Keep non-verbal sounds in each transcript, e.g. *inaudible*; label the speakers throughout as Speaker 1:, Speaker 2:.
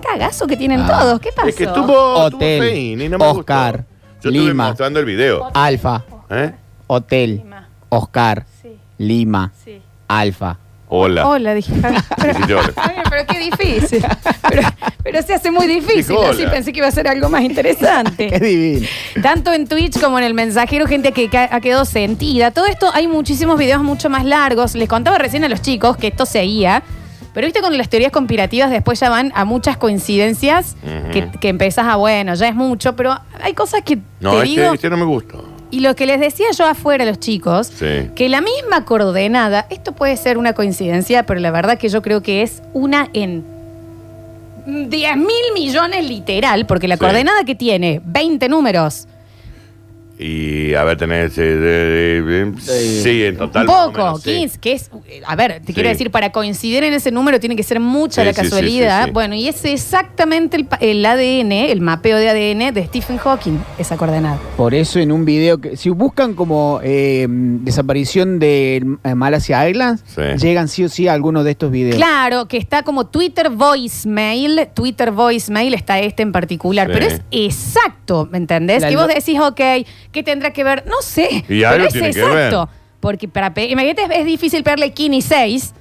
Speaker 1: cagazo que tienen todos. ¿Qué pasó?
Speaker 2: Ah. Es que estuvo,
Speaker 3: Hotel,
Speaker 2: estuvo feín y no me
Speaker 3: Oscar,
Speaker 2: gustó. Yo estuve
Speaker 3: Lima.
Speaker 2: mostrando el video.
Speaker 3: Alfa,
Speaker 2: ¿Eh?
Speaker 3: Hotel,
Speaker 4: Lima.
Speaker 3: Oscar,
Speaker 4: Sí,
Speaker 3: Lima,
Speaker 4: sí.
Speaker 3: Alfa.
Speaker 2: Hola.
Speaker 1: Hola,
Speaker 2: *laughs*
Speaker 1: dije. Pero,
Speaker 2: Sí, sí,
Speaker 1: *laughs*
Speaker 2: yo.
Speaker 1: Ay, pero qué difícil. Pero, pero se hace muy difícil.
Speaker 2: Dijo,
Speaker 1: Así
Speaker 2: hola.
Speaker 1: pensé que iba a ser algo más
Speaker 2: *laughs*
Speaker 1: interesante.
Speaker 3: Es divino.
Speaker 1: Tanto en Twitch como en el mensajero, gente que ca- ha quedado sentida. Todo esto, hay muchísimos videos mucho más largos. Les contaba recién a los chicos que esto seguía. Pero viste con las teorías conspirativas después ya van a muchas coincidencias
Speaker 2: Ujú.
Speaker 1: que, que empezás a, bueno, ya es mucho, pero hay cosas que
Speaker 2: No,
Speaker 1: te
Speaker 2: este,
Speaker 1: digo.
Speaker 2: este no me gustó.
Speaker 1: Y lo que les decía yo afuera a los chicos,
Speaker 2: Sí.
Speaker 1: que la misma coordenada, esto puede ser una coincidencia, pero la verdad que yo creo que es una en 10 mil millones literal, porque la
Speaker 2: Sí.
Speaker 1: coordenada que tiene 20 números,
Speaker 2: Y a ver, tenés. eh, eh, eh,
Speaker 3: Sí.
Speaker 2: sí, en total.
Speaker 1: un
Speaker 2: más o
Speaker 1: poco,
Speaker 2: menos, sí.
Speaker 1: 15, que es, a ver, te
Speaker 2: Sí.
Speaker 1: quiero decir, para coincidir en ese número tiene que ser mucha
Speaker 2: Sí,
Speaker 1: la
Speaker 2: sí, sí, sí,
Speaker 1: casualidad.
Speaker 2: sí.
Speaker 1: Bueno, y es exactamente el, pa- el ADN, el mapeo de ADN de Stephen Hawking, esa coordenada.
Speaker 3: Por eso en un video que si buscan como eh, desaparición de eh, Malasia Islands,
Speaker 2: Sí.
Speaker 3: llegan sí o sí a alguno de estos videos.
Speaker 1: Claro, que está como Twitter voicemail. Twitter voicemail está este en particular.
Speaker 2: Sí.
Speaker 1: Pero es exacto, ¿me entendés?
Speaker 3: La
Speaker 1: que vos
Speaker 3: lo-
Speaker 1: decís, ok, ¿qué tendrá que ver? No sé.
Speaker 2: Y
Speaker 1: pero
Speaker 2: algo
Speaker 1: es
Speaker 2: tiene que
Speaker 1: exacto. Porque para pe- imagínate, es, es difícil pegarle 15 y 6,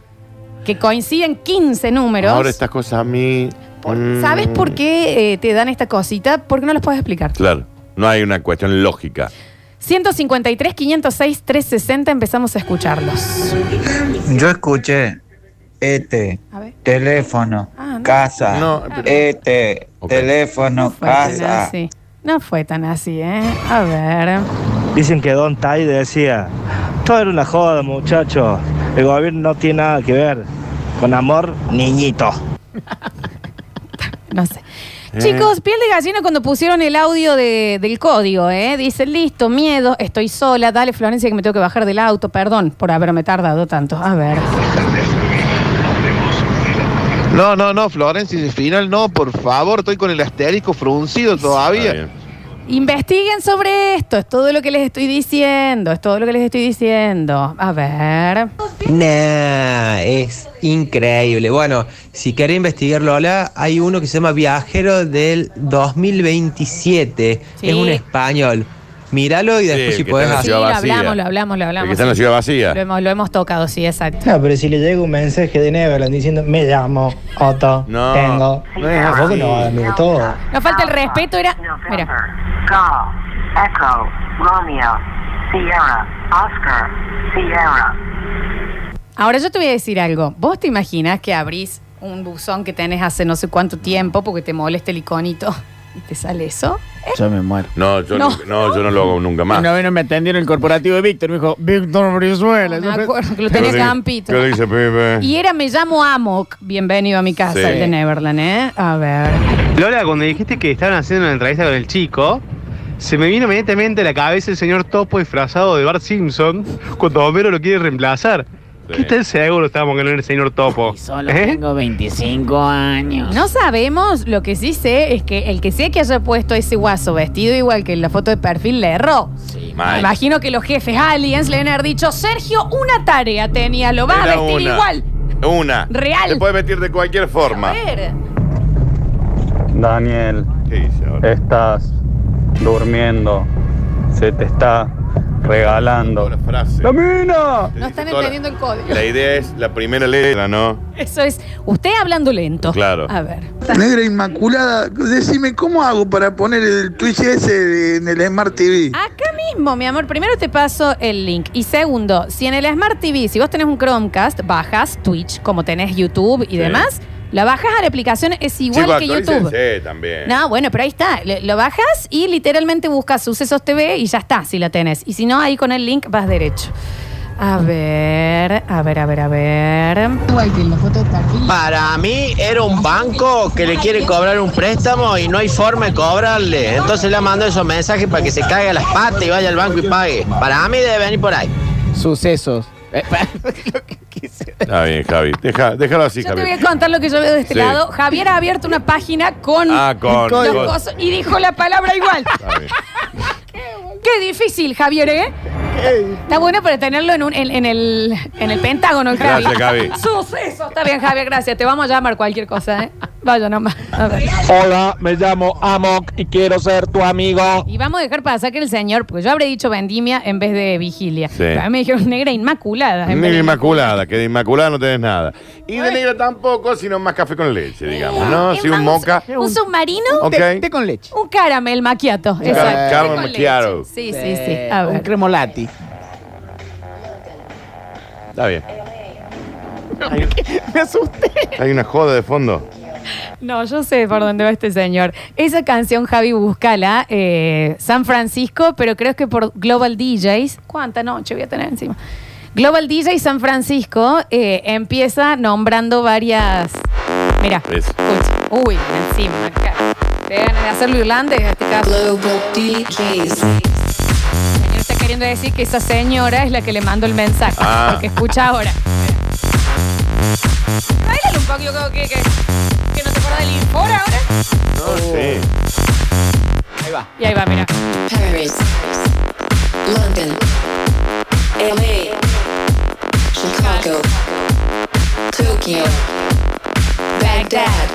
Speaker 1: que coinciden 15 números.
Speaker 2: Ahora estas cosas a mí.
Speaker 1: Por-
Speaker 2: mm,
Speaker 1: ¿Sabes por qué eh, te dan esta cosita? Porque no los puedes explicar.
Speaker 2: Claro. No hay una cuestión lógica.
Speaker 1: 153, 506, 360, empezamos a escucharlos.
Speaker 5: Yo escuché este
Speaker 1: A ver.
Speaker 5: teléfono,
Speaker 1: Ah, no.
Speaker 5: casa,
Speaker 2: No, pero-
Speaker 5: este
Speaker 2: Ok.
Speaker 5: teléfono,
Speaker 1: Fue
Speaker 6: Ah,
Speaker 1: tan
Speaker 5: casa.
Speaker 1: así. No fue tan así, ¿eh? A ver.
Speaker 7: Dicen que Don Tai decía, todo era una joda muchachos, el gobierno no tiene nada que ver, con amor, niñito.
Speaker 1: No sé.
Speaker 2: Eh.
Speaker 1: Chicos, piel de gallina cuando pusieron el audio de- del código, ¿eh? Dice, listo, miedo, estoy sola, dale Florencia que me tengo que bajar del auto, perdón por haberme tardado tanto. A ver.
Speaker 8: No, no, no, Florencia, ese final no, por favor, estoy con el asterisco fruncido
Speaker 2: Está
Speaker 8: todavía.
Speaker 2: bien.
Speaker 1: Investiguen sobre esto, es todo lo que les estoy diciendo, es todo lo que les estoy diciendo. A ver.
Speaker 9: Nah, es increíble. Bueno, si querés investigarlo ahora, hay uno que se llama Viajero del 2027.
Speaker 1: Sí.
Speaker 9: Es un español. Míralo y después
Speaker 2: Sí,
Speaker 9: si
Speaker 2: que
Speaker 9: podés
Speaker 2: está en la
Speaker 1: Sí,
Speaker 9: hacer.
Speaker 1: lo
Speaker 2: ciudad vacía.
Speaker 1: hablamos, lo hablamos, lo
Speaker 2: Porque
Speaker 1: hablamos.
Speaker 2: está en la ciudad
Speaker 1: Lo
Speaker 2: vacía.
Speaker 1: hemos, lo hemos tocado, sí, exacto.
Speaker 10: No, Ah, pero si le llega un mensaje de Neverland diciendo me llamo Otto,
Speaker 2: No,
Speaker 10: tengo.
Speaker 2: no es
Speaker 10: Tampoco
Speaker 2: así.
Speaker 10: no, amigo, todo.
Speaker 1: No falta el respeto, era... Mira.
Speaker 11: Golf, Echo, Romeo, Sierra, Oscar, Sierra.
Speaker 1: Ahora yo te voy a decir algo. ¿Vos te imaginas que abrís un buzón que tenés hace no sé cuánto tiempo porque te molesta el iconito y te sale eso?
Speaker 3: Yo me muero.
Speaker 2: No, yo
Speaker 1: No.
Speaker 2: no. no, yo no lo hago nunca más.
Speaker 3: Una vez no me atendieron el corporativo de Víctor, me dijo, Víctor Brizuela.
Speaker 1: me
Speaker 3: Yo
Speaker 1: acuerdo que lo
Speaker 2: ¿Qué
Speaker 1: tenés
Speaker 2: dice-
Speaker 1: campito.
Speaker 2: ¿Qué dice Pepe?
Speaker 1: Y era Me llamo Amok. Bienvenido a mi casa,
Speaker 2: Sí.
Speaker 1: el de Neverland, ¿eh? A ver.
Speaker 7: Lola, cuando dijiste que estaban haciendo una entrevista con el chico, se me vino inmediatamente a la cabeza el señor Topo disfrazado de Bart Simpson cuando Homero lo quiere reemplazar.
Speaker 2: Sí.
Speaker 7: ¿Qué tan seguro estamos que no era el señor
Speaker 2: Oh.
Speaker 7: Topo? ¿Eh?
Speaker 3: 25 años.
Speaker 1: No sabemos, lo que sí sé es que el que sea que haya puesto ese guaso vestido igual que en la foto de perfil le erró. Me
Speaker 2: Mal.
Speaker 1: Imagino que los jefes aliens le han de haber dicho, Sergio, una tarea tenía, lo va
Speaker 2: Era
Speaker 1: a vestir
Speaker 2: una.
Speaker 1: igual.
Speaker 2: Una.
Speaker 1: Real.
Speaker 2: Te puedes vestir de cualquier
Speaker 1: A
Speaker 2: forma.
Speaker 1: ver.
Speaker 12: Daniel,
Speaker 2: ¿Qué dice ahora?
Speaker 12: estás durmiendo. Se te está regalando.
Speaker 2: Ahora frase.
Speaker 12: ¡La mina!
Speaker 2: Te
Speaker 1: No
Speaker 2: dice
Speaker 1: están
Speaker 2: toda la-
Speaker 1: entendiendo el código.
Speaker 2: La idea es la primera letra, ¿no?
Speaker 1: Eso es usted hablando lento.
Speaker 2: Claro.
Speaker 1: A ver.
Speaker 5: Negra Inmaculada, decime, ¿cómo hago para poner el Twitch ese en el Smart TV?
Speaker 1: Acá mismo, mi amor, primero te paso el link. Y segundo, si en el Smart TV, si vos tenés un Chromecast, bajas Twitch, como tenés YouTube y demás, la bajas a la aplicación, es igual
Speaker 2: Chicos,
Speaker 1: que YouTube.
Speaker 2: actualícense también.
Speaker 1: No, bueno, pero ahí está. Le- Lo bajas y literalmente buscas Sucesos TV y ya está, si la tenés. Y si no, ahí con el link vas derecho. A ver, a ver, a ver, a ver.
Speaker 9: Para mí era un banco que le quiere cobrar un préstamo y no hay forma de cobrarle. Entonces le mando esos mensajes para que se caiga las patas y vaya al banco y pague. Para mí debe venir por ahí.
Speaker 3: Sucesos. Eh, lo que quise.
Speaker 2: Está bien, Javi. Deja, déjalo así,
Speaker 1: Yo te
Speaker 2: Javi.
Speaker 1: voy a contar lo que yo veo de este
Speaker 2: Sí.
Speaker 1: lado. Javier ha abierto una página con,
Speaker 2: Ah, con-
Speaker 1: los
Speaker 2: con-
Speaker 1: cosos y dijo la palabra igual.
Speaker 2: Está bien.
Speaker 1: Qué difícil, Javier, ¿eh? Está bueno para tenerlo en, un- en- en el, en el Pentágono, el Javi.
Speaker 2: Gracias, Javi.
Speaker 1: Suceso. Está bien, Javier, gracias. Te vamos a llamar cualquier cosa, ¿eh? Vaya nomás. A ver.
Speaker 4: Hola, me llamo Amok y quiero ser tu amigo.
Speaker 1: Y vamos a dejar pasar que el señor, porque yo habré dicho vendimia en vez de vigilia.
Speaker 2: Sí.
Speaker 1: Pero a mí me dijeron negra inmaculada. en vez
Speaker 2: Negra
Speaker 1: de-
Speaker 2: inmaculada, que de inmaculada no tenés nada. Y de negra tampoco, sino más café con leche, digamos, ¿no?
Speaker 1: Es
Speaker 2: Si un
Speaker 1: más,
Speaker 2: moca.
Speaker 1: Un submarino.
Speaker 2: Ok. Té- té
Speaker 3: con leche.
Speaker 1: Un caramel maquiato.
Speaker 2: car- caramel macchiato.
Speaker 1: Sí, sí, sí. A
Speaker 3: Eh, Un
Speaker 1: ver.
Speaker 3: cremolati.
Speaker 2: Está bien. *laughs*
Speaker 3: Me asusté.
Speaker 2: Hay una joda de fondo.
Speaker 1: No, yo sé por dónde va este señor. Esa canción, Javi, búscala. eh, San Francisco, pero creo que por Global DJs. ¿Cuánta noche voy a tener encima? Global DJ San Francisco eh, empieza nombrando varias. Mira.
Speaker 2: Es-
Speaker 1: Uy, encima. acá. Te dan ganas de hacerlo irlandés en este caso. El señor está queriendo decir que esa señora es la que le mandó el mensaje.
Speaker 2: Ah.
Speaker 1: Porque escucha ahora. Báilale un poco, yo creo que, que, que no te acuerdas del Infor ahora. Oh.
Speaker 2: No sé.
Speaker 3: Ahí va.
Speaker 1: Y ahí va, mira.
Speaker 13: Paris, London, LA, Chicago, Tokyo, Baghdad,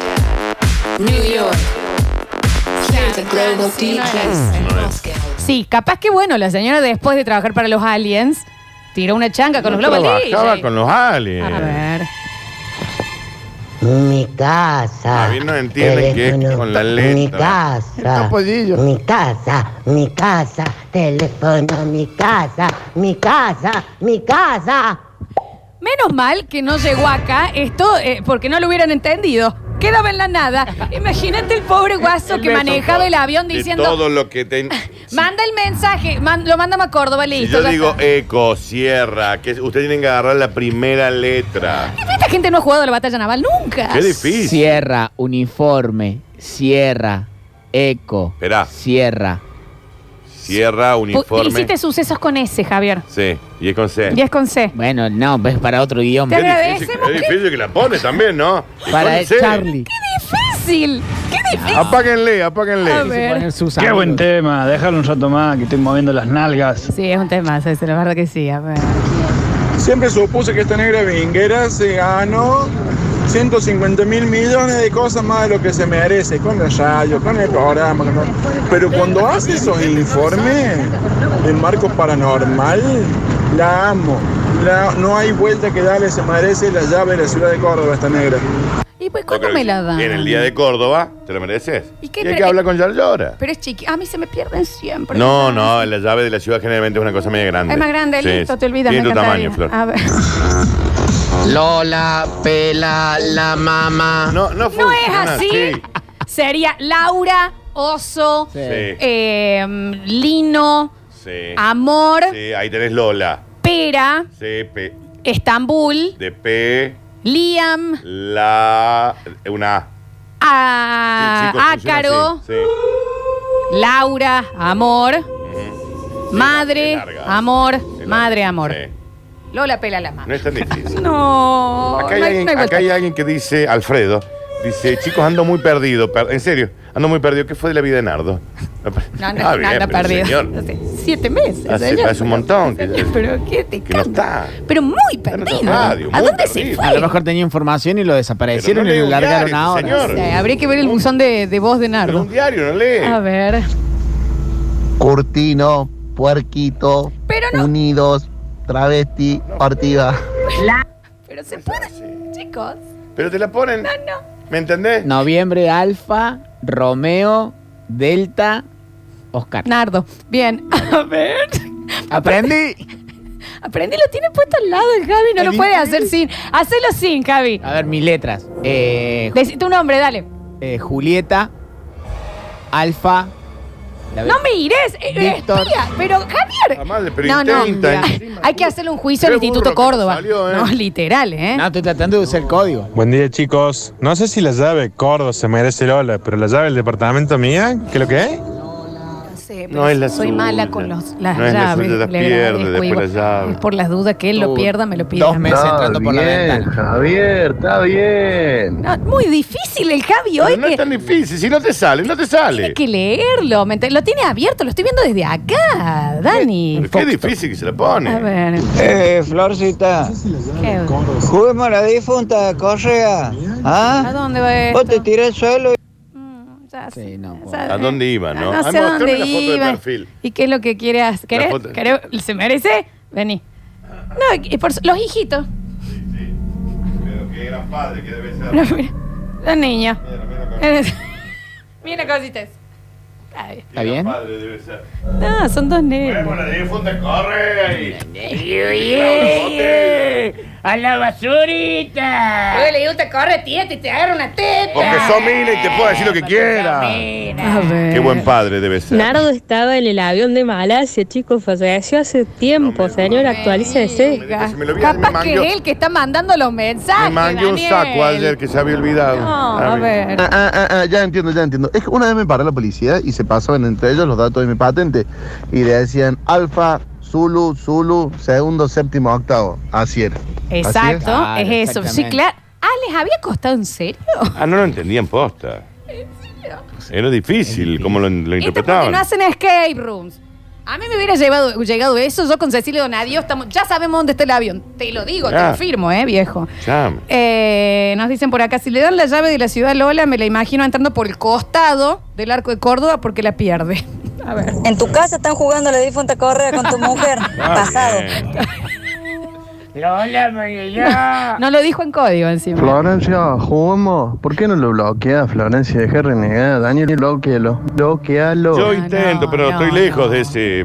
Speaker 13: New York. Hear the global DJs in Moscow.
Speaker 1: Sí, capaz que bueno, la señora después de trabajar para los aliens, tiró una chanca con los Global
Speaker 2: Trabajaba
Speaker 1: DJ.
Speaker 2: con los aliens.
Speaker 1: A ver.
Speaker 14: Mi casa.
Speaker 2: Está bien, no entienden
Speaker 14: Eres
Speaker 2: que es
Speaker 14: un-
Speaker 2: con la
Speaker 14: Mi
Speaker 2: letra.
Speaker 1: Ah.
Speaker 14: casa. Mi
Speaker 12: Ah.
Speaker 14: casa, mi casa, teléfono, mi casa, mi casa, mi casa.
Speaker 1: Menos mal que no llegó acá esto eh, porque no lo hubieran entendido. Quedaba en la nada. Imagínate el
Speaker 2: *laughs*
Speaker 1: pobre guaso que manejaba el avión
Speaker 2: De
Speaker 1: diciendo,
Speaker 2: todo lo que te.
Speaker 1: *laughs* manda el mensaje, man- lo mandamos a Córdoba,
Speaker 2: Si
Speaker 1: listo.
Speaker 2: yo
Speaker 1: ya
Speaker 2: digo eh,
Speaker 1: está".
Speaker 2: eco, sierra, que ustedes tienen que agarrar la primera letra.
Speaker 1: Esta gente no ha jugado a la batalla naval nunca.
Speaker 2: Qué difícil.
Speaker 3: Sierra, uniforme, sierra, eco,
Speaker 2: Esperá.
Speaker 3: sierra.
Speaker 2: Sierra,
Speaker 1: Pu-
Speaker 2: uniforme.
Speaker 1: Hiciste sucesos con ese, Javier.
Speaker 2: Sí, y es con C.
Speaker 1: Y es con C.
Speaker 3: Bueno, no, es para otro idioma.
Speaker 1: Te
Speaker 2: Qué difícil,
Speaker 1: agradecemos
Speaker 2: qué
Speaker 1: que-
Speaker 2: difícil que la pone también, ¿no? Y
Speaker 3: Para
Speaker 2: con
Speaker 3: el
Speaker 2: C. Ah.
Speaker 3: Charlie.
Speaker 1: Difícil. Qué difícil.
Speaker 2: Apáguenle, apáguenle.
Speaker 1: A ver. Poner
Speaker 12: Qué buen tema, déjalo un rato más, que estoy moviendo las
Speaker 2: Ah.
Speaker 12: nalgas.
Speaker 1: Sí, es un tema, ese, la verdad que sí. A ver.
Speaker 15: Siempre supuse que esta negra vinguera se ganó 150 mil millones de cosas más de lo que se merece, con el rayo, con el programa. con el- Pero cuando hace esos informes en marcos paranormal, la amo. La- no hay vuelta que darle, se merece la llave de la ciudad de Córdoba esta negra.
Speaker 1: ¿Y pues cuándo me la dan?
Speaker 2: En el día de Córdoba, ¿te lo mereces?
Speaker 1: ¿Y
Speaker 2: ¿Y,
Speaker 1: qué-
Speaker 2: hay
Speaker 1: pero-
Speaker 2: que hablar con Yarlora.
Speaker 1: Pero es chiqui. A mí se me pierden siempre.
Speaker 2: No, no, la llave de la ciudad generalmente es una cosa media grande.
Speaker 1: Es más grande,
Speaker 2: Sí,
Speaker 1: listo,
Speaker 2: sí.
Speaker 1: te olvidas.
Speaker 2: Tiene
Speaker 1: me
Speaker 2: tu tamaño,
Speaker 1: encantaría. Ah.
Speaker 2: Flor.
Speaker 1: A ver.
Speaker 9: Lola, pela, la mamá.
Speaker 2: No, no
Speaker 1: No es así. Sería Laura, Oso,
Speaker 2: Sí.
Speaker 1: eh, Lino,
Speaker 2: Sí.
Speaker 1: Amor,
Speaker 2: Sí, ahí tenés Lola.
Speaker 1: Pera,
Speaker 2: C, P,
Speaker 1: Estambul,
Speaker 2: de P,
Speaker 1: Liam,
Speaker 2: la, una A.
Speaker 1: a-
Speaker 2: Chicos, funciona
Speaker 1: Ácaro,
Speaker 2: así, Sí. Mm.
Speaker 1: Laura, Amor, Madre,
Speaker 2: ¿eh?
Speaker 1: Amor, Madre, Amor. Lola pela la mano.
Speaker 2: No es tan
Speaker 1: *laughs*
Speaker 2: difícil.
Speaker 1: No.
Speaker 2: Acá hay,
Speaker 1: no hay-
Speaker 2: alguien,
Speaker 1: no hay
Speaker 2: acá
Speaker 1: vuelta.
Speaker 2: hay alguien que dice, Alfredo, dice, chicos, ando muy perdido. per- en serio, ando muy perdido. ¿Qué fue de la vida
Speaker 1: *laughs*
Speaker 2: de Nardo?
Speaker 1: No, no,
Speaker 2: *laughs* Ah,
Speaker 1: no,
Speaker 2: bien,
Speaker 1: anda
Speaker 2: pero
Speaker 1: perdido.
Speaker 2: señor.
Speaker 1: Hace siete meses.
Speaker 2: Hace,
Speaker 1: señor.
Speaker 2: hace un montón que,
Speaker 1: Pero qué te
Speaker 2: que no está.
Speaker 1: Pero muy perdido. ¿A dónde se fue?
Speaker 3: A lo mejor tenía información y lo desaparecieron
Speaker 2: Pero no
Speaker 3: y lo
Speaker 2: leo
Speaker 3: largaron
Speaker 2: diarios,
Speaker 3: ahora.
Speaker 2: señor.
Speaker 1: O sea, Este, habría que ver el buzón de, de voz de Nardo.
Speaker 2: un diario, no lee.
Speaker 1: A ver.
Speaker 8: Curtino, puerquito,
Speaker 1: Pero
Speaker 8: unidos, travesti, partiva.
Speaker 1: Pero se puede. Chicos.
Speaker 2: Pero te la ponen.
Speaker 1: No, no.
Speaker 2: ¿Me entendés?
Speaker 3: Noviembre, Alfa, Romeo, Delta, Oscar.
Speaker 1: Nardo. Bien. *laughs* A ver.
Speaker 3: Aprendí.
Speaker 1: Aprendí, lo tiene puesto al lado el Javi. No lo puede hacer sin. Hacelo sin, Javi.
Speaker 3: A ver, mis letras. Eh,
Speaker 1: Decí tu nombre, dale.
Speaker 3: eh, Julieta, Alfa. la
Speaker 1: No mires. eh,
Speaker 3: Víctor.
Speaker 1: espía. Pero, Javier.
Speaker 2: Madre, Ah, pero
Speaker 1: No, no.
Speaker 2: intenta,
Speaker 1: mira,
Speaker 2: intenta.
Speaker 1: Hay que hacerle un juicio
Speaker 2: Qué
Speaker 1: al
Speaker 2: burro
Speaker 1: Instituto
Speaker 2: que
Speaker 1: Córdoba.
Speaker 2: salió, ¿eh?
Speaker 1: No, literal, ¿eh?
Speaker 3: No, estoy tratando de usar el código.
Speaker 12: Buen día chicos, no sé si la llave Córdoba se merece Lola, pero la llave del departamento mía, ¿qué es lo que es?
Speaker 1: sé.
Speaker 2: No es la
Speaker 1: soy
Speaker 2: suya.
Speaker 1: mala con los, las
Speaker 2: No es la
Speaker 1: llaves.
Speaker 2: suya, las
Speaker 1: le
Speaker 2: pierde,
Speaker 1: agradezco,
Speaker 2: después
Speaker 1: Ivo.
Speaker 2: las llaves.
Speaker 1: Es por las dudas que él lo pierda, me lo pide.
Speaker 16: Dos meses entrando por la ventana. Javier, está bien.
Speaker 1: No, muy difícil el Javi hoy.
Speaker 2: no es
Speaker 1: que
Speaker 2: tan difícil, si no te sale, no te sale.
Speaker 1: Tiene que leerlo. ¿me ent- Lo tiene abierto, lo estoy viendo desde acá, Dani.
Speaker 2: Pero qué difícil que se la pone.
Speaker 1: A ver.
Speaker 17: Eh, Florcita,
Speaker 1: ¿Qué?
Speaker 17: juguemos a la difunta, Correa. ¿Ah?
Speaker 1: ¿A dónde va esto?
Speaker 17: Vos te tiré al suelo y...
Speaker 1: Ya sé, ya sé.
Speaker 2: ¿A dónde iba,
Speaker 1: No
Speaker 2: no? Ah,
Speaker 1: sé a dónde
Speaker 2: mostrame la foto de
Speaker 1: iba.
Speaker 2: perfil.
Speaker 1: ¿Y qué es lo que quiere hacer? ¿Querés?
Speaker 2: La foto.
Speaker 1: ¿Querés? ¿Se merece? Vení. No, y por su- los hijitos.
Speaker 2: Pero qué gran padre que debe ser.
Speaker 1: No, mira. Los niños. *laughs* Mira cositas. Está bien.
Speaker 2: ¿Está bien? padre debe ser.
Speaker 1: No, son dos negros.
Speaker 2: Bueno, la difunta corre ahí.
Speaker 18: ¡A la basurita!
Speaker 1: Yo le digo, te corre, tía, te, te agarra una teta.
Speaker 2: Porque sos mina y te puedo decir lo que quiera. Qué buen padre debe ser.
Speaker 19: Nardo estaba en el avión de Malasia, chicos, falleció hace tiempo, señor, actualícese.
Speaker 2: me lo vi, me
Speaker 1: Capaz que
Speaker 2: mangueó.
Speaker 1: es el que está mandando los mensajes.
Speaker 2: Me mangué un
Speaker 1: Daniel.
Speaker 2: saco ayer que se había olvidado.
Speaker 1: No, a ver.
Speaker 8: Ah, ah, ah, ah, ya entiendo, ya entiendo. Es que una vez me paró la policía y se pasaban entre ellos los datos de mi patente. Y le decían alfa, zulu, zulu, segundo, séptimo, octavo. Así era.
Speaker 1: Exacto, es eso. Sí, claro. Ah, ¿les había costado en serio?
Speaker 2: Ah, no lo entendían posta. Era difícil como lo, lo
Speaker 1: Esto porque
Speaker 2: interpretaban.
Speaker 1: no hacen escape rooms. A mí me hubiera llevado, llegado eso, yo con Cecilia Donadio estamos, ya sabemos dónde está el avión. Te lo digo, te
Speaker 2: Ya.
Speaker 1: lo firmo, eh, viejo.
Speaker 2: Chame.
Speaker 1: Eh, nos dicen por acá, si le dan la llave de la ciudad Lola, me la imagino entrando por el costado del arco de Córdoba porque la pierde. A ver.
Speaker 20: En tu casa están jugando a la difunta correa con tu mujer. Pasado.
Speaker 18: Lola, María.
Speaker 1: No lo dijo en código encima.
Speaker 21: Florencia, juguemos. ¿Por qué no lo bloquea Florencia? Deja renegar. Daniel, bloquealo. Bloquealo.
Speaker 2: Yo intento, pero estoy lejos de ese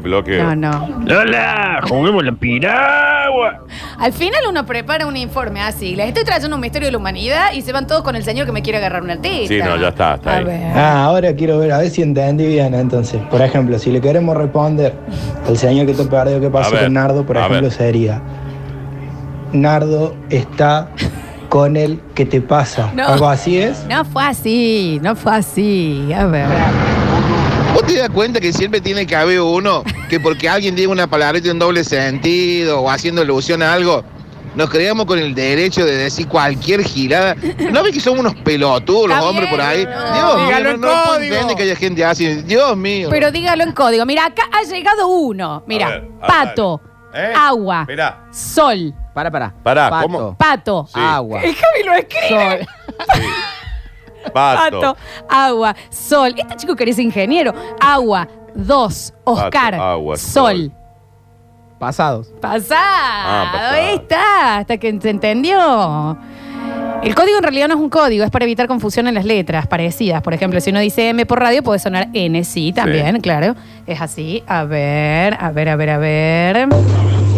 Speaker 1: No,
Speaker 2: bloqueo.
Speaker 1: no.
Speaker 21: Lola, juguemos la piragua.
Speaker 1: Al final uno prepara un informe así. Les estoy trayendo un misterio de la humanidad y se van todos con el señor que me quiere agarrar una teta.
Speaker 2: Sí, no, ya está, está
Speaker 1: A
Speaker 2: ahí.
Speaker 1: ver.
Speaker 10: Ah, ahora quiero ver, a ver si entendí bien. Entonces, por ejemplo, si le queremos responder al señor que te perdió que pasó
Speaker 2: A ver,
Speaker 10: con Nardo, por
Speaker 2: a
Speaker 10: ejemplo,
Speaker 2: ver.
Speaker 10: sería: Nardo está con el que te pasa.
Speaker 1: No.
Speaker 10: Algo así es.
Speaker 1: No fue así, no fue así. A ver.
Speaker 8: ¿Vos te das cuenta que siempre tiene que haber uno que porque alguien diga una palabrita en doble sentido o haciendo alusión a algo, nos creamos con el derecho de decir cualquier girada? ¿No ves que somos unos pelotudos los
Speaker 1: Está
Speaker 8: hombres por ahí?
Speaker 1: bien,
Speaker 8: Dios mío,
Speaker 1: dígalo
Speaker 8: no,
Speaker 1: en
Speaker 8: no puedo
Speaker 1: código.
Speaker 8: entender que haya gente así. Dios mío.
Speaker 1: Pero dígalo en código. Mira, acá ha llegado uno. Mira,
Speaker 8: A ver, a
Speaker 1: pato,
Speaker 2: ver. ¿Eh?
Speaker 1: agua,
Speaker 2: Mirá.
Speaker 1: sol.
Speaker 3: Para, para.
Speaker 2: Pará,
Speaker 3: Pato.
Speaker 2: ¿cómo?
Speaker 1: Pato.
Speaker 2: Sí. Agua.
Speaker 1: El Javi lo escribe. *laughs*
Speaker 2: Pato.
Speaker 1: Pato. agua, sol. Este chico que eres ingeniero. Agua, dos, Oscar,
Speaker 3: Pato, agua,
Speaker 1: sol.
Speaker 3: Pasados.
Speaker 1: Pasado.
Speaker 3: Ah, pasado.
Speaker 1: Ahí está, hasta que se entendió. El código en realidad no es un código, es para evitar confusión en las letras parecidas. Por ejemplo, si uno dice M por radio, puede sonar N, sí, también, claro. Es así. A ver, a ver, a ver, a ver.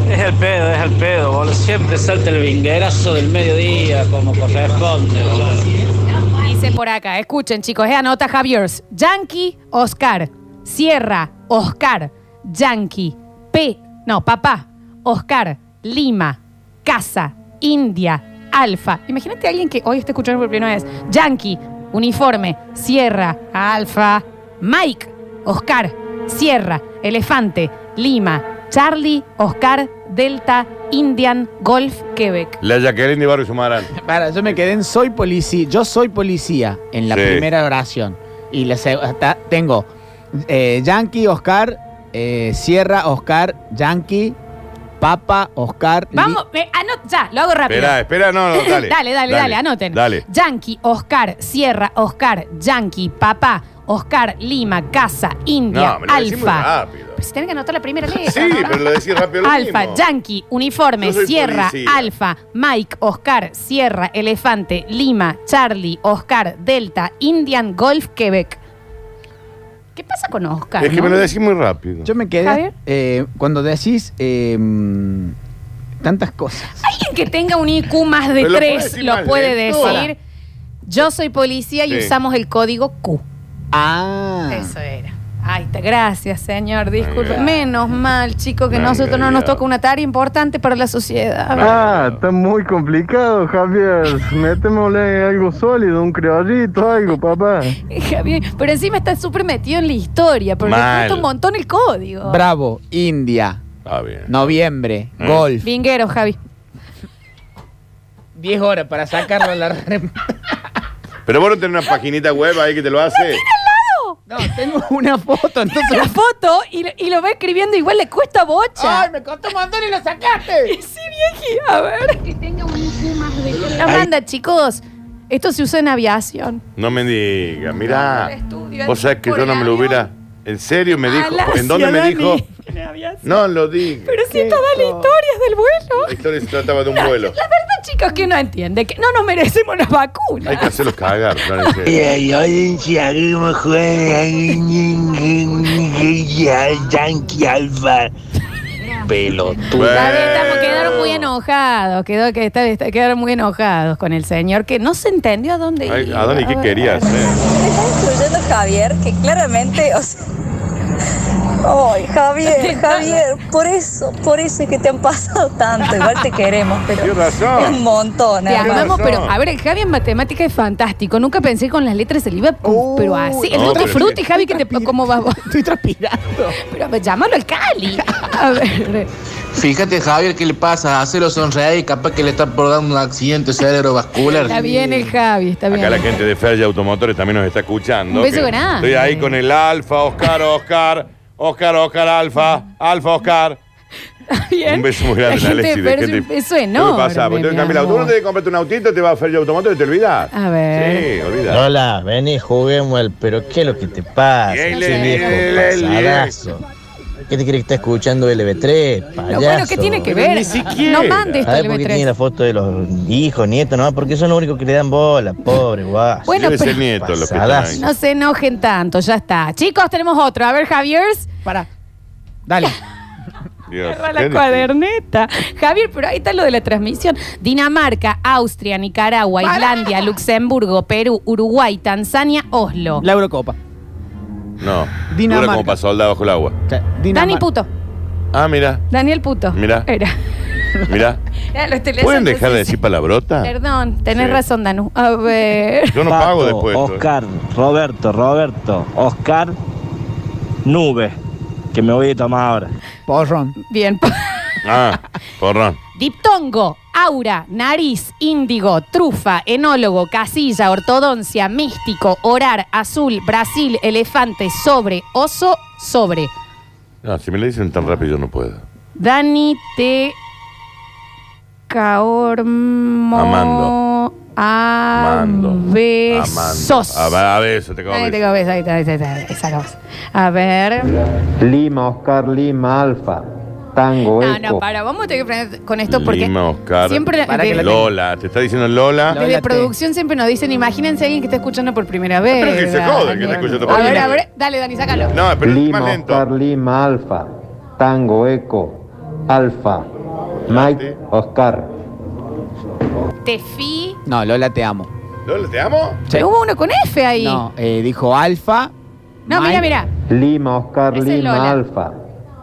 Speaker 22: Es el pedo, es el pedo, boludo. Siempre salta el vinguerazo del mediodía, como corresponde, boludo.
Speaker 1: Dice por acá, escuchen chicos, eh, anota Javier. Yankee, Oscar. Sierra, Oscar. Yankee. P, no, papá. Oscar, Lima, Casa, India, Alfa. Imagínate a alguien que hoy está escuchando por primera vez. Yankee, uniforme, Sierra, Alfa. Mike, Oscar, Sierra, Elefante, Lima, Charlie, Oscar, Delta, Indian, Golf, Quebec.
Speaker 2: La Jacqueline de Barrio Sumarán.
Speaker 3: Para, yo me quedé en soy policía. Yo soy policía en la
Speaker 2: Sí.
Speaker 3: primera oración. Y la seg- hasta tengo eh, Yankee, Oscar, eh, Sierra, Oscar, Yankee, Papa, Oscar.
Speaker 1: Vamos, eh, anot- ya, lo hago rápido.
Speaker 2: Espera,
Speaker 1: *laughs*
Speaker 2: espera, no, no,
Speaker 1: dale,
Speaker 2: dale.
Speaker 1: dale, dale,
Speaker 2: Dale,
Speaker 1: anoten.
Speaker 2: dale.
Speaker 1: Yankee, Oscar, Sierra, Oscar, Yankee, Papá, Oscar, Lima, Casa, India,
Speaker 2: No, me lo decís muy
Speaker 1: Alfa.
Speaker 2: rápido.
Speaker 1: Pero si tienen que anotar la primera letra.
Speaker 2: Sí,
Speaker 1: ¿no?
Speaker 2: pero lo decís rápido lo
Speaker 1: Alfa,
Speaker 2: mismo.
Speaker 1: Yankee, Uniforme,
Speaker 2: Yo soy
Speaker 1: Sierra,
Speaker 2: policía.
Speaker 1: Alfa, Mike, Oscar, Sierra, Elefante, Lima, Charlie, Oscar, Delta, Indian, Golf, Quebec. ¿Qué pasa con Oscar?
Speaker 2: Es que
Speaker 1: no?
Speaker 2: me lo decís muy rápido.
Speaker 3: Yo me
Speaker 1: Javier.
Speaker 3: quedé eh, cuando decís eh, mm, tantas cosas.
Speaker 1: Alguien que tenga un IQ más de
Speaker 3: Pero lo puede
Speaker 1: 3
Speaker 3: decir
Speaker 1: lo
Speaker 3: más
Speaker 2: ¿eh?
Speaker 1: puede
Speaker 3: lento.
Speaker 1: decir. Yo soy policía y
Speaker 3: Sí.
Speaker 1: usamos el código Q.
Speaker 3: Ah.
Speaker 1: Eso era. Ahí está, gracias, señor. Disculpe.
Speaker 21: Venga.
Speaker 1: Menos mal, chico, que
Speaker 21: Venga,
Speaker 1: nosotros no nos
Speaker 21: ya.
Speaker 1: toca una tarea importante para la sociedad.
Speaker 21: Ah, está muy complicado, Javier. Métemosle algo sólido, un creollito, algo, papá.
Speaker 1: *laughs* Javier, pero encima está súper metido en la historia, porque le
Speaker 3: Mal.
Speaker 1: cuesta un montón el código.
Speaker 3: Bravo, India. Noviembre,
Speaker 1: Mm.
Speaker 3: golf.
Speaker 1: Vinguero, Javi.
Speaker 2: *laughs*
Speaker 3: 10 horas para sacarlo a la *laughs* rem-
Speaker 2: Pero vos no tenés una paginita web ahí que te lo hace.
Speaker 3: No, tengo *laughs* una foto, entonces.
Speaker 1: La foto y, lo- y lo va escribiendo igual le cuesta bocha.
Speaker 2: Ah.
Speaker 3: me costó un montón y lo sacaste!
Speaker 1: sí, vieji, a ver. Que tenga La banda, chicos. Esto se usa en aviación.
Speaker 2: No me digas, mirá.
Speaker 1: estudio,
Speaker 2: Vos sabés que
Speaker 1: por
Speaker 2: yo
Speaker 1: el
Speaker 2: no me lo hubiera. En serio me dijo.
Speaker 1: Alasia,
Speaker 2: ¿En dónde me
Speaker 1: Dani.
Speaker 2: dijo?
Speaker 1: En aviación.
Speaker 2: No lo digas.
Speaker 1: Pero si todas las historias del
Speaker 2: La
Speaker 1: vuelo.
Speaker 2: historia se trataba de un vuelo.
Speaker 1: La verdad, chicos, que no entiende, que no nos merecemos las vacunas.
Speaker 2: Hay que hacerlos cagar, Florencia.
Speaker 11: Ay, ay, si hagamos jugar ay, ni- ni- ni- ya, Yankee Alfa. Pelotudo.
Speaker 1: Está bien, estamos- quedaron muy enojados, quedó, que está- está- quedaron muy enojados con el señor que no se entendió a dónde
Speaker 2: Ay,
Speaker 1: iba.
Speaker 2: Adoni, ¿qué querías? eh?
Speaker 20: Está destruyendo a Javier, que claramente, o sea. Ay, Javier, Javier, por eso, por eso es que te han pasado tanto. Igual te queremos, pero.
Speaker 1: Tienes razón.
Speaker 20: Es un montón,
Speaker 1: Te
Speaker 20: hermano.
Speaker 1: amamos, pero a ver, el Javi en matemática es fantástico. Nunca pensé que con las letras se le iba, pero así. El
Speaker 2: No,
Speaker 1: otro
Speaker 2: pero-
Speaker 1: frutti, Javi, que te ¿cómo vas vos? Estoy transpirando. Pero a ver, llámalo al Cali. A ver.
Speaker 8: Fíjate, Javier, ¿qué le pasa? Hacelo sonreír y capaz que le está provocando un accidente cerebrovascular.
Speaker 1: Está bien el Javi, está bien.
Speaker 2: Acá la gente de Ferja Automotores también nos está escuchando.
Speaker 1: Un beso
Speaker 2: que
Speaker 1: grande.
Speaker 2: Estoy ahí con el Alfa, Oscar, Oscar, Oscar, Oscar, Alfa, Alfa, Oscar.
Speaker 1: Bien.
Speaker 2: Un beso muy grande,
Speaker 1: La gente
Speaker 2: Alexis.
Speaker 1: de Ferja, un beso enorme,
Speaker 2: ¿Qué pasa? Porque tengo que
Speaker 1: mi
Speaker 2: cambiar el auto.
Speaker 1: amor.
Speaker 2: Uno te compraste un autito, te va a Ferja Automotores y te olvidas.
Speaker 1: A ver.
Speaker 2: Sí, olvidás.
Speaker 23: Hola, vení, juguemos el pero qué es lo que te pasa,
Speaker 2: Ele,
Speaker 23: che,
Speaker 2: ele,
Speaker 23: viejo
Speaker 2: ele.
Speaker 23: pasadazo. ¿Qué te crees que está escuchando LB3, payaso?
Speaker 1: No, bueno, ¿qué tiene que ver? No mande esto
Speaker 23: ¿Sabés
Speaker 1: al
Speaker 23: por qué
Speaker 1: B3.
Speaker 23: tiene la foto de los hijos, nietos, no? Porque son los únicos que le dan bola, pobre guau.
Speaker 1: Bueno, Debe ser pero-
Speaker 23: nieto
Speaker 2: los que están
Speaker 23: Pasadazo.
Speaker 1: No se enojen tanto, ya está. Chicos, tenemos otro. A ver, Javier. Para.
Speaker 3: Dale.
Speaker 2: Dios,
Speaker 1: Agarra
Speaker 2: qué
Speaker 1: la
Speaker 2: difícil.
Speaker 1: cuaderneta. Javier, pero ahí está lo de la transmisión. Dinamarca, Austria, Nicaragua, Islandia, Luxemburgo, Perú, Uruguay, Tanzania, Oslo.
Speaker 3: La Eurocopa.
Speaker 2: No. Dura
Speaker 1: Dinamarca.
Speaker 2: como para soldar bajo el agua.
Speaker 1: Dani Puto.
Speaker 2: Ah, mira,
Speaker 1: Daniel Puto.
Speaker 2: Mirá.
Speaker 1: Era. *laughs*
Speaker 2: mira.
Speaker 1: Era los teléfonos.
Speaker 2: ¿Pueden dejar de decir palabrota?
Speaker 1: Perdón, tenés
Speaker 2: Sí.
Speaker 1: razón, Danu. A
Speaker 2: *laughs*
Speaker 1: ver.
Speaker 2: Yo no pago después. ¿eh?
Speaker 23: Oscar, Roberto, Roberto, Oscar, nube, que me voy a tomar ahora.
Speaker 3: Porrón.
Speaker 1: Bien.
Speaker 2: Ah, porrón.
Speaker 1: Diptongo, aura, nariz, índigo, trufa, enólogo, casilla, ortodoncia, místico, orar, azul, Brasil, elefante, sobre, oso, sobre.
Speaker 2: No, si me lo dicen tan rápido yo no puedo.
Speaker 1: Dani te caormo
Speaker 2: Amando.
Speaker 1: a
Speaker 2: Amando.
Speaker 1: besos.
Speaker 2: A ver, a beso, te cago
Speaker 1: Ahí
Speaker 2: en
Speaker 1: te
Speaker 2: beso.
Speaker 1: cago besos, ahí está, ahí está, ahí está, esa cosa. A ver.
Speaker 6: Lima, Oscar, Lima, Alfa, Tango,
Speaker 1: No, no, para, vamos a tener que aprender con esto porque
Speaker 2: Lima, Oscar.
Speaker 1: siempre- Para que la tenga.
Speaker 2: Lola, te está diciendo Lola.
Speaker 1: Desde producción siempre nos dicen, imagínense a alguien que está escuchando por primera vez.
Speaker 2: Pero que se joda, que está escuchando por
Speaker 1: A ver,
Speaker 2: primera
Speaker 1: a ver, dale, Dani, sácalo.
Speaker 2: No, pero es
Speaker 6: Lima,
Speaker 2: más lento.
Speaker 6: Oscar, Lima, Alfa, Tango, Eco, Alfa, Mike, Oscar.
Speaker 1: Te fi.
Speaker 3: No, Lola, te amo.
Speaker 2: Lola, ¿te amo?
Speaker 3: Sí.
Speaker 1: Hubo uno con F ahí.
Speaker 3: No, eh, dijo Alfa.
Speaker 1: No, mira, mira.
Speaker 6: Lima, Oscar,
Speaker 1: Ese es Lola.
Speaker 6: Lima, Alfa,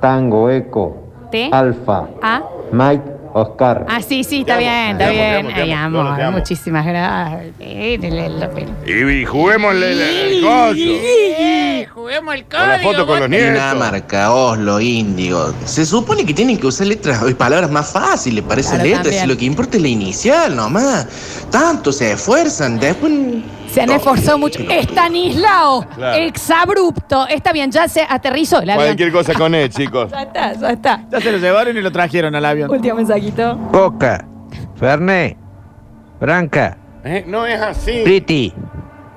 Speaker 6: Tango, Eco,
Speaker 1: Te.
Speaker 6: Alfa,
Speaker 1: A.
Speaker 6: Mike, Oscar.
Speaker 1: Ah, sí, sí, está
Speaker 6: Te
Speaker 1: bien,
Speaker 6: amo,
Speaker 1: está
Speaker 6: te amo,
Speaker 1: bien.
Speaker 6: te amo,
Speaker 1: Ay,
Speaker 6: te amo,
Speaker 1: amor,
Speaker 6: Lola, te amo.
Speaker 1: muchísimas gracias. Eh, le- le- le- le-
Speaker 2: Y juguémosle el, el coso.
Speaker 1: Juguemos el
Speaker 2: la foto con los nietos.
Speaker 8: Dinamarca, Oslo, Índigo. Se supone que tienen que usar letras y palabras más fáciles para esas
Speaker 1: Claro,
Speaker 8: letras.
Speaker 1: también.
Speaker 8: Si lo que importa es la inicial nomás. Tanto se esfuerzan, después.
Speaker 1: Se han esforzado mucho. Estanislao,
Speaker 2: Claro.
Speaker 1: exabrupto. Está bien, ya se aterrizó el avión.
Speaker 2: Cualquier cosa con
Speaker 1: *laughs*
Speaker 2: él, chicos.
Speaker 1: Ya está, ya está.
Speaker 3: Ya se lo llevaron y lo trajeron al avión.
Speaker 1: Último mensajito.
Speaker 6: Coca, Ferné, Branca,
Speaker 2: Eh, no es así.
Speaker 6: Priti,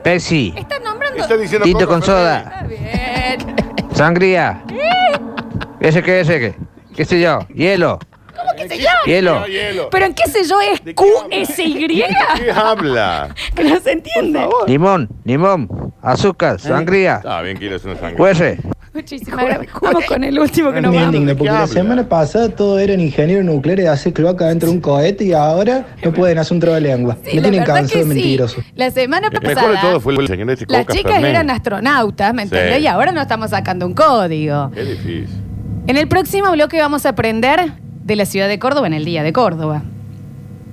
Speaker 6: Pesi,
Speaker 1: Están nombrando. Ah,
Speaker 2: Está diciendo
Speaker 6: Tito
Speaker 2: Coca
Speaker 6: con soda,
Speaker 1: Bien.
Speaker 6: sangría, ese que, ese que, qué sé yo, hielo.
Speaker 1: ¿Cómo que se llama?
Speaker 6: Hielo.
Speaker 1: ¿Pero en qué sé yo es QSY?
Speaker 2: ¿Qué habla?
Speaker 1: Que no se entiende.
Speaker 6: Limón, limón, azúcar, sangría,
Speaker 2: Está bien, quiero hacer una sangre.
Speaker 6: huese,
Speaker 1: Muchísimas gracias. Vamos con el último que nos
Speaker 10: Me indigna,
Speaker 1: vamos.
Speaker 10: porque la semana pasada todo eran ingenieros nucleares de hacer cloaca dentro de un cohete y ahora no pueden hacer un trago de lengua. Me
Speaker 1: Sí, la
Speaker 10: tienen
Speaker 1: verdad
Speaker 10: cansado
Speaker 1: que
Speaker 10: de
Speaker 1: sí.
Speaker 10: mentirosos.
Speaker 1: La semana
Speaker 2: El mejor de
Speaker 1: pasada,
Speaker 2: todo fue el señor este
Speaker 1: las
Speaker 2: Coca
Speaker 1: chicas
Speaker 2: Fernet.
Speaker 1: eran astronautas, ¿me
Speaker 2: Sí.
Speaker 1: entendés? Y ahora no estamos sacando un código.
Speaker 2: Qué difícil.
Speaker 1: En el próximo bloque vamos a aprender de la ciudad de Córdoba en el día de Córdoba.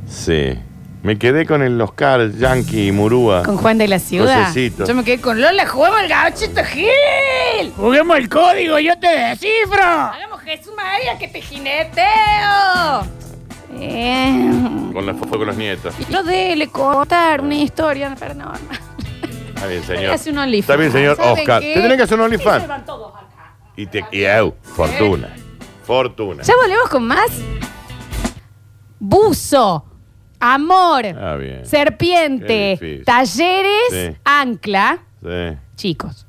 Speaker 2: Sí. Me quedé con el Oscar, Yankee, Murúa.
Speaker 1: Con Juan
Speaker 2: Ah,
Speaker 1: de la Ciudad.
Speaker 2: Cosecito.
Speaker 1: Yo me quedé con Lola, jugamos el gauchito Gil.
Speaker 18: Juguemos el código, yo te descifro.
Speaker 1: Hagamos Jesús María que te jineteo. Bien.
Speaker 2: Con la fue con los nietos.
Speaker 1: Eh, Yo dele contar una historia paranormal.
Speaker 2: Está bien, señor.
Speaker 1: Hace un OnlyFans.
Speaker 2: Está bien, señor
Speaker 1: ¿Saben
Speaker 2: Oscar.
Speaker 1: qué?
Speaker 2: Te tenés que hacer un
Speaker 1: Sí,
Speaker 2: OnlyFans.
Speaker 1: se van todos acá.
Speaker 2: Y te. Y eu, fortuna. Fortuna.
Speaker 1: Ya volvemos con más. Buzo. Amor.
Speaker 2: Ah, bien. Qué
Speaker 1: Serpiente.
Speaker 2: difícil.
Speaker 1: Talleres.
Speaker 2: Sí.
Speaker 1: Ancla.
Speaker 2: Sí.
Speaker 1: Chicos.